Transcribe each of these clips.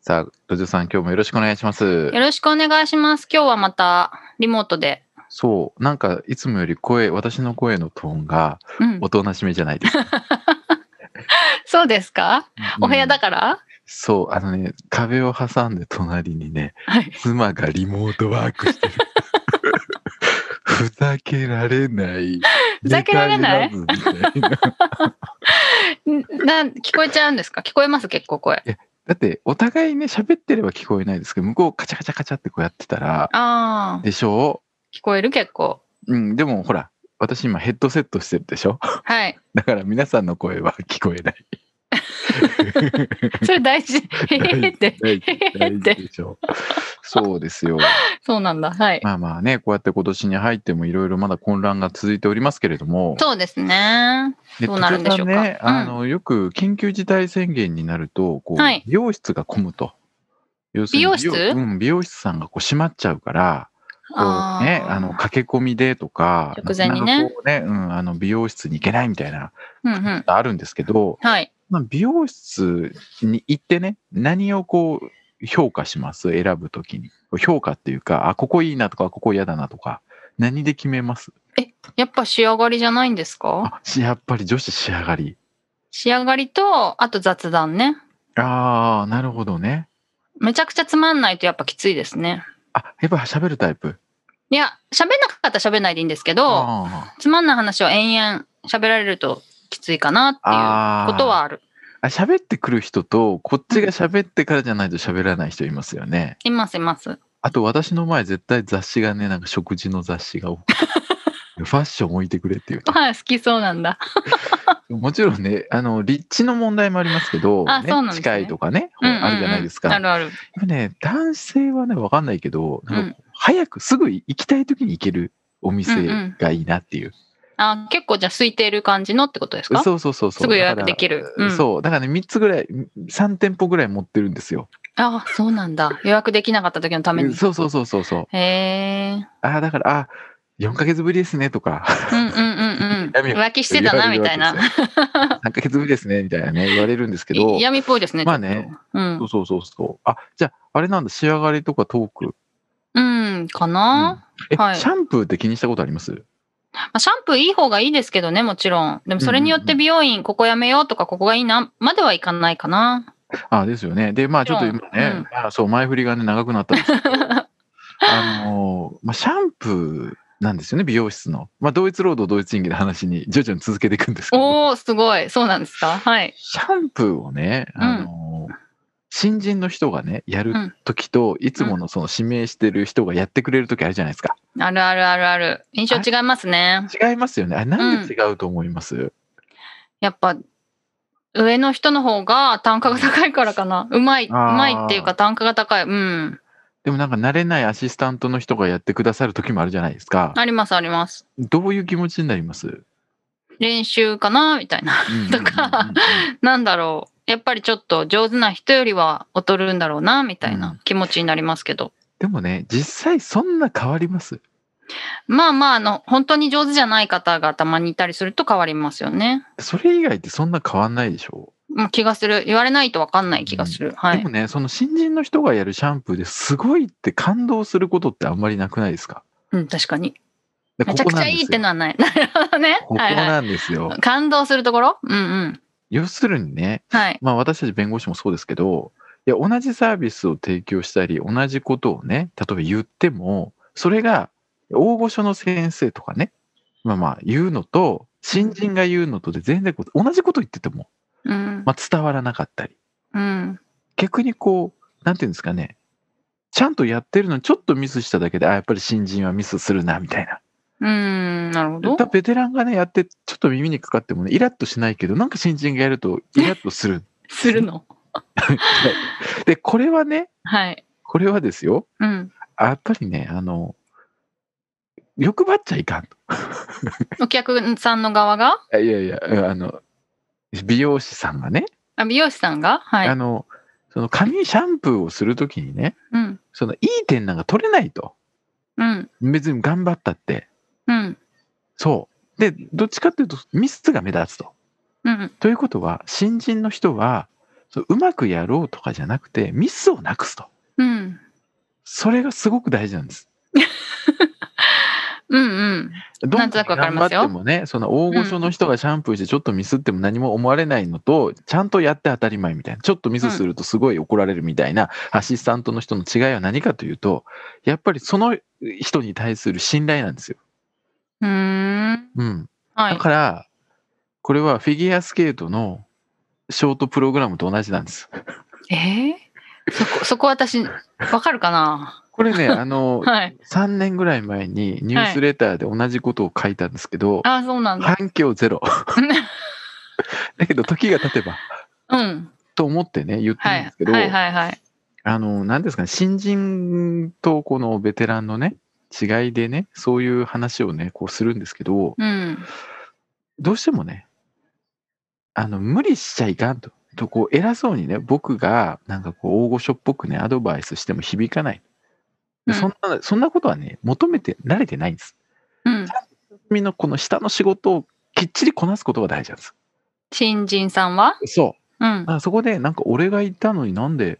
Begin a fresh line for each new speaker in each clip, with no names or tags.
さあ、土壌さん、今日もよろしくお願いします
よ。ろしくお願いします今日はまたリモートで
そう、なんか、いつもより声、私の声のトーンが
うん
おとなしめじゃないですか。
そうですかお部屋だ
うん
から、
そう、あのね、壁を挟んで隣にね、
はい
妻がリモートワーク してる。ふざけられない。
ふざけられない
ネタ選ぶみたいな
な聞こえちゃうんですか聞こえます結構声
だって、お互いね、喋ってれば聞こえないですけど、向こうカチャカチャカチャってこうやってたら、
ああ
でしょ
聞こえる結構
ううん、でもほら、私今ヘッドセットしてるでしょ
はい
だから皆さんの声は聞こえない。
それ大 事へへへって
大
へへへ
大
って
事でしょう。そうですよ。
そうなんだはい
まあまあね、こうやって今年に入ってもいろいろまだ混乱が続いておりますけれども、
そうですね
で
どうなるんでしょうか
土屋さんね、
うん
あのよく緊急事態宣言になると、こう
はい
美容室が混むと。要するに
美容室
うん、美容室さんがこう閉まっちゃうから、こ
あ
うね、
ー
あの駆け込みでとか、
直前にね
なかなかこうねうん、あの美容室に行けないみたいな、
うんうん
あるんですけど、
はい
まあ、美容室に行ってね、何をこう、評価します選ぶときに。評価っていうか、あ、ここいいなとか、ここ嫌だなとか、何で決めます
やっぱ仕上がりじゃないんですか
あ、しやっぱり女子仕上がり。
仕上がりとあと雑談ね
ああ、なるほどね。
めちゃくちゃつまんないとやっぱきついですね
あ、やっぱ喋るタイプ。
いや喋んなかったら喋んないでいいんですけど
あ
つまんない話を延々喋られるときついかなっていう
あー。
ことはある
あ。喋ってくる人と、こっちが喋ってからじゃないと喋らない人いますよね。
いますいます
あと、私の前、絶対雑誌がね、なんか食事の雑誌が 多くて。ファッション置いてくれっていうね、
はい好きそうなんだ
もちろんね、あの、立地の問題もありますけど、
あ
ね
そうなんですね
近いとかね、
うんうんうん
あるじゃないですか。
あるある
でもね、男性はね、わかんないけど、
うん
なんか早くすぐ行きたい時に行けるお
うんう
店
ん
がいいなっていう。
あ結構じゃあ空いている感じのってことですか
そうそうそうそう。
すぐ予約
だから
できるうん
そう。だからね、3つぐらい、3店舗ぐらい持ってるんですよ。
ああそうなんだ予約できなかった時のために
そうそうそうそうそう。
へえ
ああ、だから、あ4ヶ月ぶりですねとか、
うんうんうんうん
闇を
浮気 してたなみたいな
言われるわけですよ。3ヶ月ぶりですねみたいなね、言われるんですけど
い。闇っぽいですね
まあね
ちょっ
そ
と
うそうそうそう。あ、じゃあ、あれなんだ、仕上がりとかトーク。
うん、うん、かな、
え、
はい
シャンプーって気にしたことあります
まあ、シャンプーいい方がいいですけどねもちろんでもそれによっ
うんうん
て
うん
美容院ここやめようとかここがいいなまではいかないかな
あですよね。で、まあちょっと
もち
今
ろん
ね、あそう、前振りがね、長くなったんですけど、 あのーまあ、シャンプーなんですよね、美容室の。まあ、同一労働同一賃金の話に徐々に続けていくんですけど、
おおすごいそうなんですかはい
シャンプーをね、あのー新人の人がね、やる
うん
ときと、いつものその指名してる人がやってくれるときあるじゃないですか。
あるあるあるある印象違いますね
違いますよね。あれ、なんで違うと思います、
やっぱ上の人の方が単価が高いからかなうまいう
あー
まいっていうか単価が高いうん
でもなんか慣れないアシスタントの人がやってくださるときもあるじゃないですか。
ありますあります
どういう気持ちになります、うん
練習かなみたいな
うんうんうん
とかなんだろうやっぱりちょっと上手な人よりは劣るんだろうなみたいうなん気持ちになりますけど、
でもね、実際そんな変わります
まあまああの本当に上手じゃない方がたまにいたりすると変わりますよね
それ以外ってそんな変わんないでしょ、
もう気がする言われないと分かんない気がする、は
で
い
もね、その新人の人がやるシャンプーですごいって感動することってあんまりなくないですか
うん確かに
で
めちゃくちゃいいってのはない なるほどね
ここ
はいは
なんですよ。ここなんですよ
い感動するところうんうん
要するにね、
はい
まあ私たち弁護士もそうですけど、いや同じサービスを提供したり、同じことをね、例えば言っても、それが大御所の先生とかね、まあまあ言うのと、新人が言うのとで全然こう同じこと言ってても、
うん、
まあ、伝わらなかったり。
うん
逆にこう、なんていうんですかね、ちゃんとやってるのにちょっとミスしただけで、あ、やっぱり新人はミスするな、みたいな。
うんなるほど
だベテランがね、やって、ちょっと耳にかかってもね、イラッとしないけど、なんか新人がやると、イラッとする。
するの
で、これはね、
はい。
これはですよ、
うん。
やっぱりね、あの、欲張っちゃいかんと。
お客さんの側が
あいやいや、あの、美容師さんがね、
あ美容師さんがはい
あ。の、その髪シャンプーをするときにね、
うん。
そのいい点なんか取れないと。
うん。
別に頑張ったって。
うん。
そう。で、どっちかっていうとミスが目立つと。
うん。
ということは、新人の人は、そううまくやろうとかじゃなくて、ミスをなくすと。
うん。
それがすごく大事なんです。
うん。うん。
ど
なん
ん
とな
な
くわかりますよ
頑張ってもね、その大御所の人がシャンプーしてちょっとミスっても何も思われないのと、ちゃんとやって当たり前みたいな、ちょっとミスするとすごい怒られるみたいな、アシスタントの人の違いは何かというと、やっぱりその人に対する信頼なんですよ。
うーん。
うん。
は
だ
い。
から、これはフィギュアスケートのショートプログラムと同じなんです。
えー、そこ、そこ私、わかるかな
これ ね、あの、
はい。
3年ぐらい前にニュースレターで同じことを書いたんですけど、
あ、そうなんだ。
反響 ゼロ。だけど時が経てば、
うん。
と思ってね言って
はい。
る
は
んですけど、
いはいはい。
あの何ですかね新人とこのベテランのね違いでねそういう話をねこうするんですけど
うん。
どうしてもねあの無理しちゃいかんと。とこう偉そうにね僕がなんかこう大御所っぽくねアドバイスしても響かない、
うん
そんなそんなことはね求めて慣れてないんです
うん。
みんなこの下の仕事をきっちりこなすことが大事なんです
新人さんは
そう
うん。
あそこでなんか俺が言ったのになんで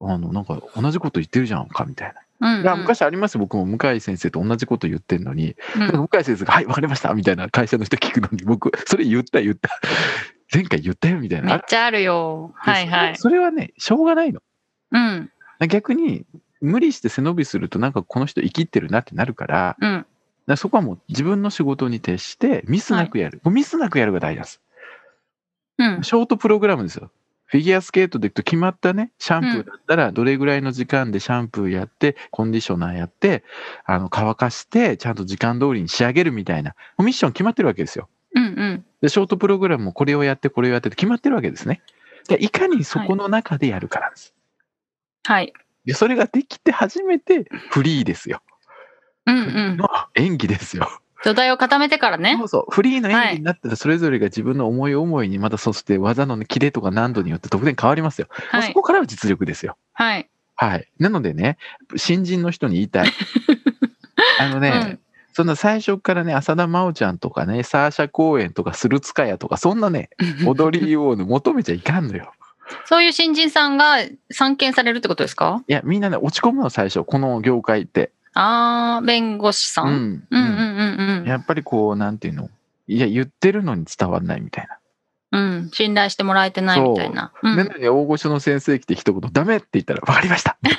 あのなんか同じこと言ってるじゃんかみたいな。
うん。
いや昔ありますよ僕も向井先生と同じこと言ってるのに、
うん、
なんか向井先生が「はい分かりました」みたいな会社の人聞くのに僕それ言った言った前回言ったよみたい
め
な。
っちゃあるよ。はいはい。
それはねしょうがないの。
うん。
逆に無理して背伸びするとなんかこの人生きってるなってなるからだか
うん。
らそこはもう自分の仕事に徹してミスなくやる、ミスなくやるが大事なんです。
うん。
ショートプログラムですよ。フィギュアスケートでいくと決まったね、シャンプーだったら、どれぐらいの時間でシャンプーやって、コンディショナーやって、あの乾かして、ちゃんと時間通りに仕上げるみたいな、もうミッション決まってるわけですよ。
うん。うん。
で、ショートプログラムもこれをやって、これをやってって決まってるわけですね。でいかにそこの中でやるかなんです。
はい。
でそれができて初めてフリーですよ。
うんうん。
の演技ですよ。
土台を固めてからね
そ。うそう。フリーの演技になったら、それぞれが自分の思い思いに、またそして技のキレとか難度によって得点変わりますよ。もう
は
そ
い。
こからは実力ですよ。
はい。
はい。なのでね、新人の人に言いたい。 あのね、
うん
そんな最初からね、浅田真央ちゃんとかね、サーシャ公演とか、スルツカヤとか、そんなね、踊りをの求めちゃいかんのよ。
そういう新人さんが参見されるってことですか
いや、みんなね、落ち込むの最初、この業界って。
あー、弁護士さ。
うんん。
うんうんうん
やっぱりこう、なんていうの、いや、言ってるのに伝わんないみたいな。
うん。うん。信頼してもらえてないみたいな。うん
なのに、大御所の先生来て一言、ダメって言ったら、わかりました。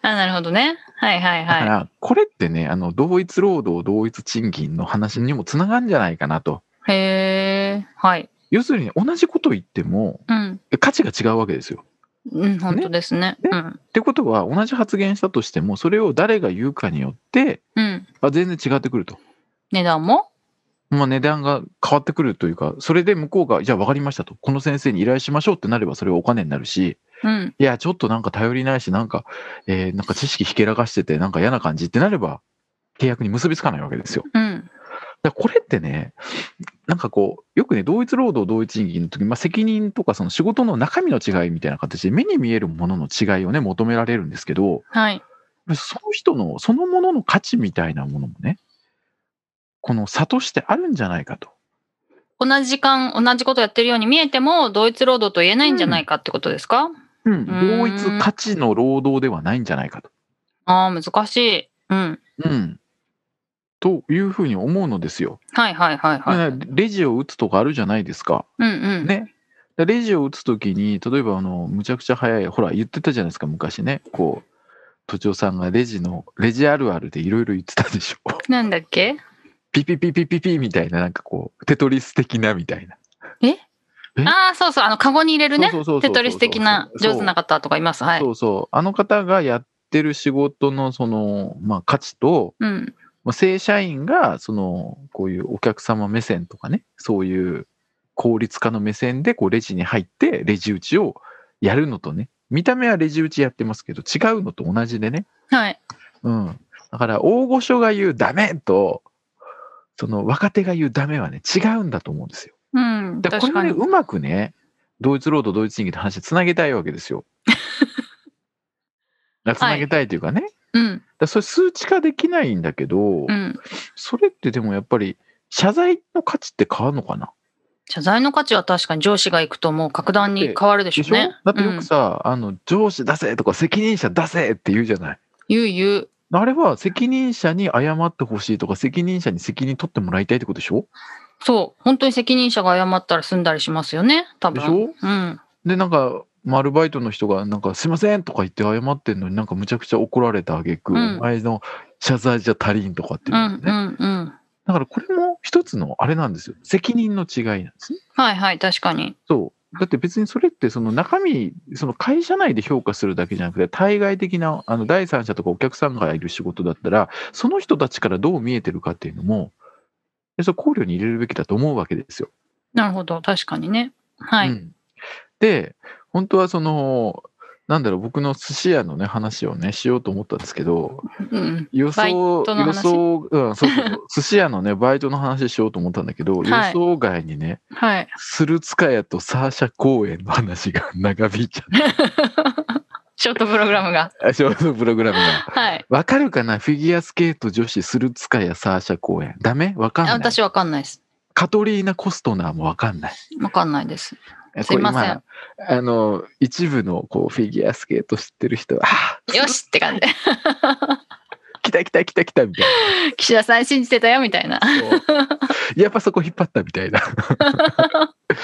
あなるほどね。はいはい
だか
はい。
ら、これってね、あの、同一労働、同一賃金の話にもつながるんじゃないかなと。
へえ。はい。
要するに同じことを言っても
うん。
価値が違うわけですよ。
うん、本当ですね。
ね
うん。
ってことは同じ発言したとしてもそれを誰が言うかによって
うん。
あ全然違ってくると。
値段も
まあ、値段が変わってくるというかそれで向こうが「じゃあ分かりました」と「この先生に依頼しましょう」ってなればそれはお金になるし
うん。
「いやちょっとなんか頼りないしなんか,、えーなんか知識ひけらかしててなんか嫌な感じ」ってなれば契約に結びつかないわけですよ。
うん。
だからこれってねなんかこうよくね同一労働同一賃金の時、まあ、責任とかその仕事の中身の違いみたいな形で目に見えるものの違いをね求められるんですけど
はい。
その人のそのものの価値みたいなものもねこの差としてあるんじゃないかと。
同じ時間、同じことやってるように見えても、同一労働と言えないんじゃないかってことですか、
うん、
ーん
同一価値の労働ではないんじゃないかと。
ああ、難しい。うん。
うん、というふうに思うのですよ。
はいはいはいはい。
だからレジを打つとかあるじゃないですか。
うんうん。
ね。でレジを打つときに、例えばあの、むちゃくちゃ早い、ほら、言ってたじゃないですか、昔ね。こう、都庁さんがレジの、レジあるあるでいろいろ言ってたでしょ。
なんだっけ
ピピピピピピみたいな、なんかこう、テトリス的なみたいな。え
ああ、そうそう。あの、カゴに入れるね。
そうそうそうそ
テ
う
トリス的な上手な方とかいます。はい。
そうそう。あの方がやってる仕事の、その、まあ、価値と、
うん。
まあ正社員が、その、こういうお客様目線とかね、そういう効率化の目線で、こう、レジに入って、レジ打ちをやるのとね、見た目はレジ打ちやってますけど、違うのと同じでね。
はい。
うん。だから、大御所が言うダメと、その若手が言うダメはね、違うんだと思うんですよ。
うん。
だからこ
確
れを
か
ね、
に。
うまくね、同一労働同一賃金の話でつなげたいわけで すよ。つなげたいというかね。
うん。
だからそれ数値化できないんだけど、
うん。
それってでもやっぱり謝罪の価値って変わるのかな
謝罪の価値は確かに上司が行くともう格段に変わるでし
で
ょう
しょ、
ね。
だってよ
うん
くさ、あの上司出せとか責任者出せって言うじゃない。
言う言う。
あれは責任者に謝ってほしいとか責任者に責任取ってもらいたいってことでしょ
そう。本当に責任者が謝ったら済んだりしますよね。多
で
分。
しょ
うん。
でなんかまあアルバイトの人が「なんかすいません」とか言って謝ってんのになんかむちゃくちゃ怒られた挙句、
うん
お前の謝罪じゃ足りんとかって
う
いうんのね、
うんうん。
だからこれも一つのあれなんですよ責任の違いなんですね
はいはい、確かに。
そうだって別にそれってその中身その会社内で評価するだけじゃなくて対外的なあの第三者とかお客さんがいる仕事だったらその人たちからどう見えてるかっていうのもでそれ考慮に入れるべきだと思うわけですよ
なるほど、確かにね。はい。
うんで本当はそのなんだろう僕の寿司屋のね話をねしようと思ったんですけど
うん。
予
バイ
想
トの
予
話
想、うん、そうそう 寿司屋のねバイトの話しようと思ったんだけど、
はい
予想外にね
はい。
駿塚屋とサーシャ公演の話が長引いちゃっ
ショートプログラムが。
たショートプログラムが。
はい。
わかるかなフィギュアスケート女子駿塚屋サーシャ公演ダメわかん
あ
ない
私わかんないです。
カトリーナ・コストナーもわかんない
わかんないです。
え
すいません
これ今あの一部のこうフィギュアスケート知ってる人はあー
よしって感じで。
来た来た来た来たみたい
岸田さん信じてたよみたいな。
なこ うやっぱそこ引っ張ったみたいなそうそう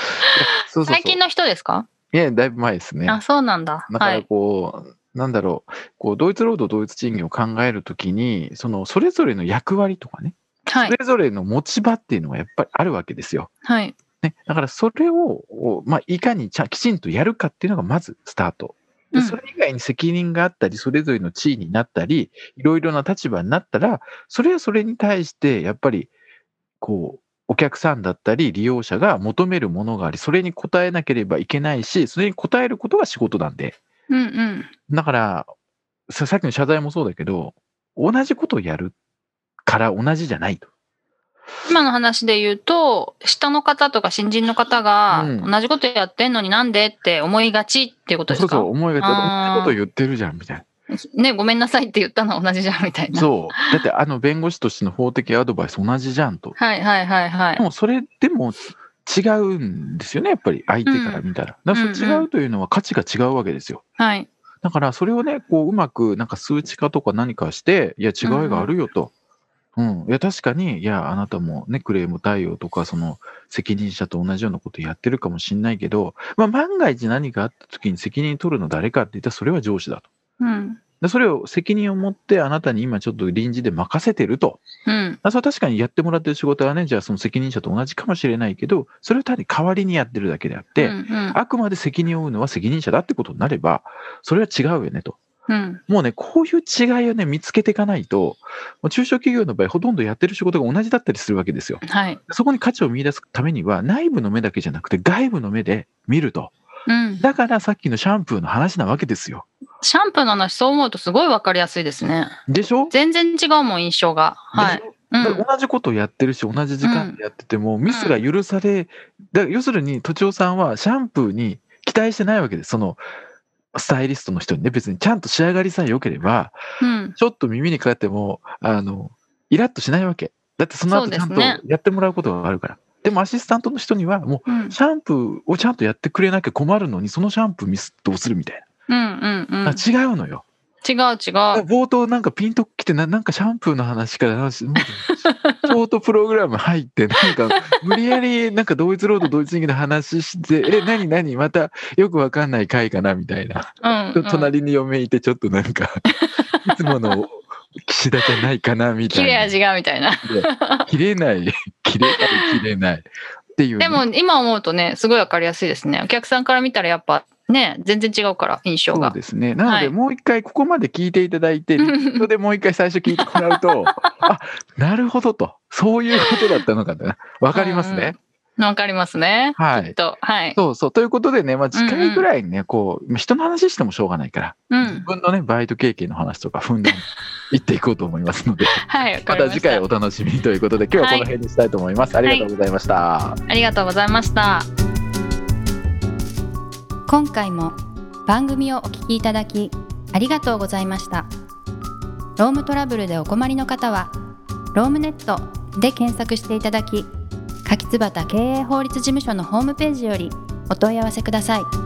そう
最近の人ですか
いやだいぶ前ですね
あ、そうなんだ。
だか
は
ら
い。
こう、なんだろうこう同一労働同一賃金を考えるときにそのそれぞれの役割とかね、
はい
そ。れぞれの持ち場っていうのがやっぱりあるわけですよ、
はい。
ね、だからそれを、おまあ、いかにちゃきちんとやるかっていうのがまずスタート
う
で
ん
それ以外に責任があったり、それぞれの地位になったり、いろいろな立場になったら、それはそれに対して、やっぱり、こう、お客さんだったり、利用者が求めるものがあり、それに応えなければいけないし、それに応えることが仕事なんで。
うんうん。
だから、ささっきの謝罪もそうだけど、同じことをやるから同じじゃないと。
今の話で言うと、下の方とか新人の方が
うん
同じことやってんのになんでって思いがちっていうことで
そ
す
うそ
か
う、思いがち
あー
同じこと言ってるじゃん、みたい
ね、ごめんなさいって言ったのは同じじゃんみたい
な。
な。
そう。だって、あの、弁護士としての法的アドバイス同じじゃんと。
はいはいはいはい
で。もそれでも違うんですよねやっぱり相手から見たら。だからそれ
うん
違
う
うというのは価値が違うわけですよ。
はい。
だからそれをねこううまくなんか数値化とか何かしていや違いがあるよと。うん、いや確かにいやあなたもねクレーム対応とかその責任者と同じようなことやってるかもしれないけど、まあ、万が一何かあった時に責任取るの誰かって言ったらそれは上司だと。
うん。
でそれを責任を持ってあなたに今ちょっと臨時で任せてると。
うん。
あそれは確かにやってもらってる仕事はね、じゃあその責任者と同じかもしれないけど、それを単に代わりにやってるだけであって、
うんうん
あくまで責任を負うのは責任者だってことになれば、それは違うよねと。
うん。
もうね、こういう違いをね、見つけていかないと、もう中小企業の場合、ほとんどやってる仕事が同じだったりするわけですよ。
はい。
そこに価値を見出すためには、内部の目だけじゃなくて、外部の目で見ると。
うん。
だからさっきのシャンプーの話なわけですよ。
シャンプーの話、そう思うとすごいわかりやすいですね。
でしょ
全然違うもん、印象が。はい
でし。ょ
う
だか
ん。
ら同じことをやってるし、同じ時間でやってても、ミスが許され、だ要するに、都庁さんはシャンプーに期待してないわけです。その、スタイリストの人にね、別にちゃんと仕上がりさえ良ければ、
うん。
ちょっと耳にかかっても、あの、イラッとしないわけ。だってその
そう
後
で
ちゃ
す
ん
ね
とやってもらうことがあるから。でもアシスタントの人には、も
うん。うん
う、シャンプーをちゃんとやってくれなきゃ困るのに、そのシャンプーミスどうするみたい
うんうん。
な。
違
だから違うのよ。
う違う。
冒頭なんかピンときてな、なんかシャンプーの話から、なんかショートプログラム入って、なん か無理やりなんか同一労働同一人間の話して、え、なになにまたよくわかんない回かなみたいな。
うんうん。
隣に嫁いてちょっとなんか、いつもの岸田じゃないかなみた
切
い
れ
な。
味がみたいな。
切れない、切れない、切れない。っていう
で
ね、
も今思うとね、すごいわかりやすいですね。お客さんから見たらやっぱね、全然違うから、印象
そう
が。
ですね。なの
はい
で、もう一回、ここまで聞いていただいて、リピートでもう一回最初聞いても らうと、あ、なるほどと、そういうことだったのかと、わかりますね。
わかりますね。
は
きっ
い。
と。はい。
そうそう。ということでね、まあ、次
うんうん
回ぐらいにね、こう、人の話してもしょうがないから、
う
自
ん。
分のね、バイト経験の話とか、ふんだんに言っていこうと思いますので、
はい。わか
ま
り
た
ま
次
した
回お楽しみにということで、今日はこの辺にしたいと思います。
い
ありがとうございました。
ありがとうございました。
今回も番組をお聞きいただきありがとうございましたロームトラブルでお困りの方は「ロームネット」で検索していただき柿椿経営法律事務所のホームページよりお問い合わせください